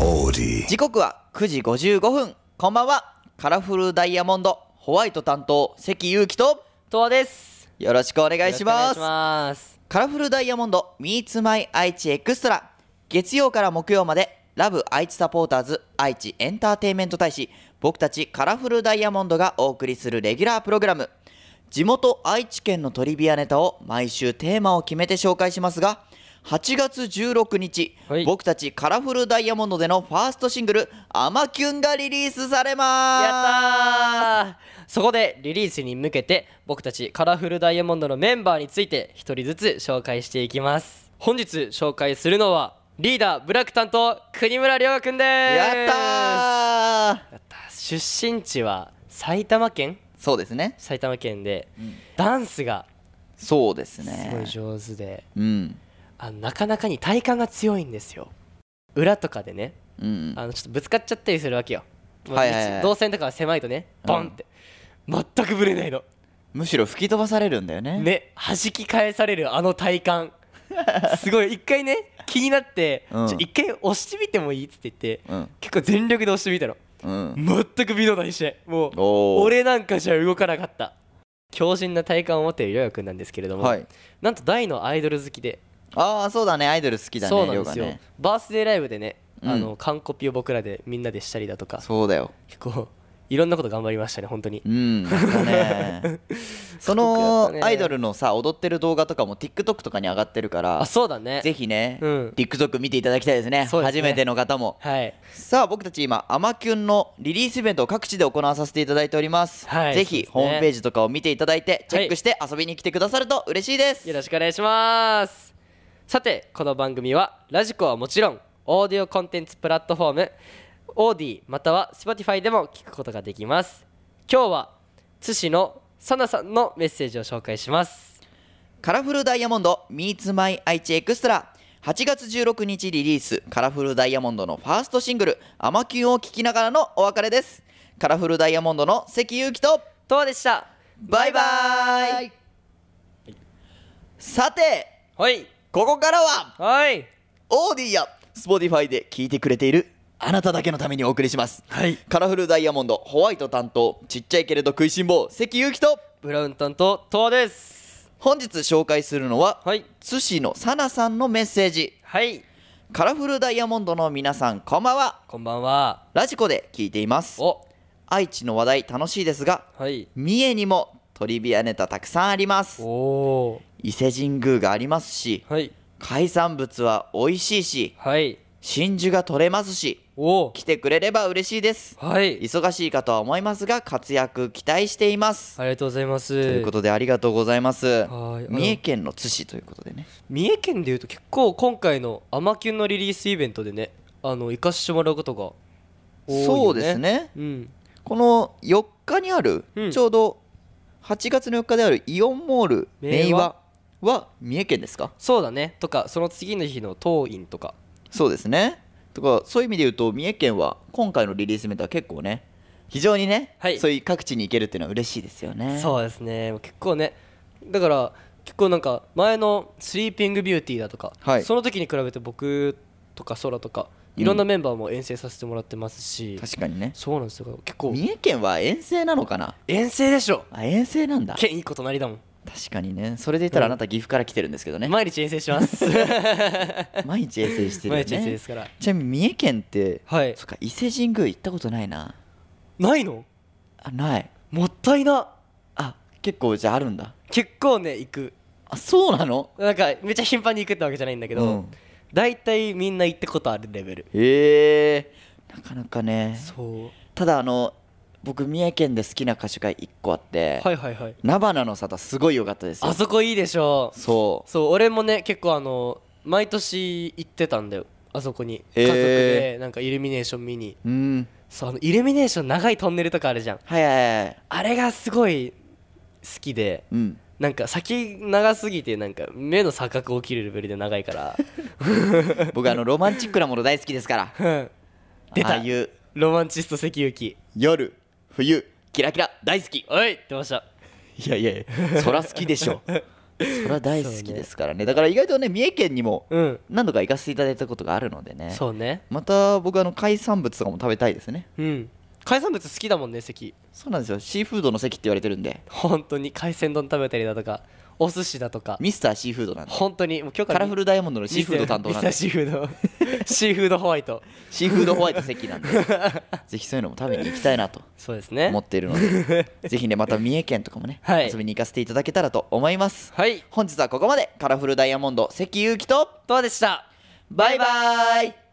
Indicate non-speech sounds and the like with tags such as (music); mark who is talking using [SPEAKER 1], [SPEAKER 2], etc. [SPEAKER 1] オーディ
[SPEAKER 2] 時刻は9時55分こんばんはカラフルダイヤモンドホワイト担当関裕貴と
[SPEAKER 3] とわです
[SPEAKER 2] よろしくお願いします
[SPEAKER 3] よろくお願いします
[SPEAKER 2] カラフルダイヤモンド Meets My 愛知エクストラ月曜から木曜までラブ愛知サポーターズ愛知エンターテインメント大使僕たちカラフルダイヤモンドがお送りするレギュラープログラム地元愛知県のトリビアネタを毎週テーマを決めて紹介しますが8月16日、
[SPEAKER 3] はい
[SPEAKER 2] 僕たちカラフルダイヤモンドでのファーストシングル「アマキュン」がリリースされます
[SPEAKER 3] やったーそこでリリースに向けて僕たちカラフルダイヤモンドのメンバーについて一人ずつ紹介していきます本日紹介するのはリーダーブラック担当国村亮君です
[SPEAKER 2] やったー
[SPEAKER 3] やったー出身地は埼玉県
[SPEAKER 2] そうですね
[SPEAKER 3] 埼玉県で、ダンスが
[SPEAKER 2] そうです
[SPEAKER 3] すごい
[SPEAKER 2] ね
[SPEAKER 3] 上手で
[SPEAKER 2] うん
[SPEAKER 3] あのなかなかに体幹が強いんですよ裏とかでね
[SPEAKER 2] うん
[SPEAKER 3] あのちょっとぶつかっちゃったりするわけよ、もう
[SPEAKER 2] はいはいはい
[SPEAKER 3] 道動線とかは狭いとねボンって、全くぶれないの
[SPEAKER 2] むしろ吹き飛ばされるんだよね
[SPEAKER 3] ね弾き返されるあ
[SPEAKER 2] (laughs)
[SPEAKER 3] の体幹すごい一回ね気になって、
[SPEAKER 2] うん
[SPEAKER 3] ちょ一回押してみてもいいっつって言って、
[SPEAKER 2] うん
[SPEAKER 3] 結構全力で押してみたの
[SPEAKER 2] うん
[SPEAKER 3] 全く微動だにしてもう
[SPEAKER 2] おー
[SPEAKER 3] 俺なんかじゃ動かなかった強靭な体幹を持っているりょうやくんなんですけれども、
[SPEAKER 2] はい
[SPEAKER 3] なんと大のアイドル好きで
[SPEAKER 2] ああそうだねアイドル好きだね
[SPEAKER 3] そうな
[SPEAKER 2] りょ
[SPEAKER 3] ん
[SPEAKER 2] う
[SPEAKER 3] で
[SPEAKER 2] が
[SPEAKER 3] すよ、
[SPEAKER 2] ね
[SPEAKER 3] バースデーライブでね、
[SPEAKER 2] うん
[SPEAKER 3] あの完コピを僕らでみんなでしたりだとか
[SPEAKER 2] そうだよ
[SPEAKER 3] 結構いろんな (laughs) こと頑張りましたね本当に
[SPEAKER 2] うんやった
[SPEAKER 3] (laughs)
[SPEAKER 2] ねそ
[SPEAKER 3] かっこよか
[SPEAKER 2] の
[SPEAKER 3] ったね
[SPEAKER 2] アイドルのさ踊ってる動画とかも TikTok とかに上がってるから
[SPEAKER 3] あそうだね
[SPEAKER 2] ぜひね、
[SPEAKER 3] うん
[SPEAKER 2] TikTok 見ていただきたいですね
[SPEAKER 3] そうですね
[SPEAKER 2] 初めての方も
[SPEAKER 3] はい
[SPEAKER 2] さあ僕たち今「アマキュン」のリリースイベントを各地で行わさせていただいております、
[SPEAKER 3] はい
[SPEAKER 2] ぜ
[SPEAKER 3] そう
[SPEAKER 2] ひ、
[SPEAKER 3] ですね
[SPEAKER 2] ホームページとかを見ていただいてチェックして遊びに来てくださると嬉しいです、
[SPEAKER 3] よろしくお願いしますさてこの番組はラジコはもちろんオーディオコンテンツプラットフォームオーディまたは Spotify でも聞くことができます今日は津市のサナさんのメッセージを紹介します
[SPEAKER 2] カラフルダイヤモンド Meets My 愛知エクストラ8月16日リリースカラフルダイヤモンドのファーストシングル「アマキュン」を聴きながらのお別れですカラフルダイヤモンドの関ゆうきと
[SPEAKER 3] とわでした
[SPEAKER 2] バイバーイさて
[SPEAKER 3] はい
[SPEAKER 2] ここからは
[SPEAKER 3] はい
[SPEAKER 2] オーディや Spotify で聴いてくれているあなただけのためにお送りします
[SPEAKER 3] はい
[SPEAKER 2] カラフルダイヤモンドホワイト担当ちっちゃいけれど食いしん坊関ゆうきと
[SPEAKER 3] ブラウン担当とわです
[SPEAKER 2] 本日紹介するのは
[SPEAKER 3] はい
[SPEAKER 2] 津市のさなさんのメッセージ
[SPEAKER 3] はい
[SPEAKER 2] カラフルダイヤモンドの皆さんこんばんは
[SPEAKER 3] こんばんは
[SPEAKER 2] ラジコで聞いています
[SPEAKER 3] お
[SPEAKER 2] 愛知の話題楽しいですが
[SPEAKER 3] はい
[SPEAKER 2] 三重にもトリビアネタたくさんあります
[SPEAKER 3] おお
[SPEAKER 2] 伊勢神宮がありますし
[SPEAKER 3] はい
[SPEAKER 2] 海産物は美味しいし
[SPEAKER 3] はい
[SPEAKER 2] 真珠が取れますし
[SPEAKER 3] おお
[SPEAKER 2] 来てくれれば嬉しいです
[SPEAKER 3] はい
[SPEAKER 2] 忙しいかとは思いますが活躍期待しています
[SPEAKER 3] ありがとうございます
[SPEAKER 2] ということでありがとうございます
[SPEAKER 3] はいあの
[SPEAKER 2] 三重県の津市ということでね
[SPEAKER 3] 三重県でいうと結構今回の「アマキュン」のリリースイベントでねあの行かしてもらうことが多いよ、ね、
[SPEAKER 2] そうですね
[SPEAKER 3] うん
[SPEAKER 2] この4日にある、
[SPEAKER 3] うん
[SPEAKER 2] ちょうど8月の4日であるイオンモール
[SPEAKER 3] 明和
[SPEAKER 2] 明和は三重県ですか
[SPEAKER 3] そうだねとかその次の日の当院とか
[SPEAKER 2] そうですねとかそういう意味で言うと三重県は今回のリリースイベントは結構ね非常にね、
[SPEAKER 3] はい
[SPEAKER 2] そういう各地に行けるっていうのは嬉しいですよね
[SPEAKER 3] そうですねもう結構ねだから結構なんか前の「スリーピングビューティー」だとか、
[SPEAKER 2] はい
[SPEAKER 3] その時に比べて僕とか空とかいろんなメンバーも遠征させてもらってますし、
[SPEAKER 2] 確かにね
[SPEAKER 3] そうなんですよ結構
[SPEAKER 2] 三重県は遠征なのかな
[SPEAKER 3] 遠征でしょ
[SPEAKER 2] あ遠征なんだ確
[SPEAKER 3] 県いいことなりだもん
[SPEAKER 2] かにねそれで言ったら
[SPEAKER 3] う
[SPEAKER 2] あ
[SPEAKER 3] ん
[SPEAKER 2] なた岐阜から来てるんですけどね、
[SPEAKER 3] 毎日遠征します
[SPEAKER 2] (laughs) 毎日遠征してるよね
[SPEAKER 3] 毎日遠征ですから
[SPEAKER 2] ちなみに三重県って、
[SPEAKER 3] はい
[SPEAKER 2] そっか伊勢神宮行ったことないな
[SPEAKER 3] ないの
[SPEAKER 2] あない
[SPEAKER 3] もったいな
[SPEAKER 2] あ結構じゃああるんだ
[SPEAKER 3] 結構ね行く
[SPEAKER 2] あそうなの
[SPEAKER 3] なんかめっちゃ頻繁に行くってわけじゃないんだけ
[SPEAKER 2] う
[SPEAKER 3] ど
[SPEAKER 2] ん
[SPEAKER 3] 大体、みんな行ったことあるレベル
[SPEAKER 2] へえなかなかね
[SPEAKER 3] そう
[SPEAKER 2] ただあの僕三重県で好きな歌手が1個あって、
[SPEAKER 3] はいはいはい
[SPEAKER 2] 菜花の里すごい良かったですよ
[SPEAKER 3] あそこいいでしょ
[SPEAKER 2] そう
[SPEAKER 3] そう俺もね結構あの毎年行ってたんだよあそこに
[SPEAKER 2] へー
[SPEAKER 3] 家族でなんかイルミネーション見に
[SPEAKER 2] うん
[SPEAKER 3] そうあのイルミネーション長いトンネルとかあるじゃん
[SPEAKER 2] はいはいはい
[SPEAKER 3] あれがすごい好きで (laughs)
[SPEAKER 2] うん
[SPEAKER 3] なんか先長すぎてなんか目の錯覚起きるレベルで長いから
[SPEAKER 2] 僕あのロマンチックなもの大好きですから (laughs)
[SPEAKER 3] うん出
[SPEAKER 2] あ
[SPEAKER 3] た
[SPEAKER 2] あいう
[SPEAKER 3] ロマンチスト関き
[SPEAKER 2] 夜冬キラキラ大好き
[SPEAKER 3] おいってました
[SPEAKER 2] いやいやいやそら好きでしょそれは大好きですからねだから意外とね三重県にも
[SPEAKER 3] うん
[SPEAKER 2] 何度か行かせていただいたことがあるのでね
[SPEAKER 3] そうね
[SPEAKER 2] また僕あの海産物とかも食べたいですね
[SPEAKER 3] うん海産物好きだもんね関
[SPEAKER 2] そうなんですよシーフードの席って言われてるんで
[SPEAKER 3] 本当に海鮮丼食べたりだとかお寿司だとか
[SPEAKER 2] ミスターシーフードなんで
[SPEAKER 3] 本当にもう今日か
[SPEAKER 2] カ
[SPEAKER 3] ら
[SPEAKER 2] ラフルダイヤモンドのシーフード担当なんで
[SPEAKER 3] ミスターシーフ
[SPEAKER 2] (laughs)
[SPEAKER 3] ードシーフードホワイト
[SPEAKER 2] シーフードホワイト席なんで (laughs) ぜひそういうのも食べに行きたいなと
[SPEAKER 3] そうですね
[SPEAKER 2] 思っているのでぜひねまた三重県とかもね、
[SPEAKER 3] はい
[SPEAKER 2] 遊びに行かせていただけたらと思います
[SPEAKER 3] (laughs) はい
[SPEAKER 2] 本日はここまでカラフルダイヤモンド関ゆうきと
[SPEAKER 3] とわでした
[SPEAKER 2] バイバーイ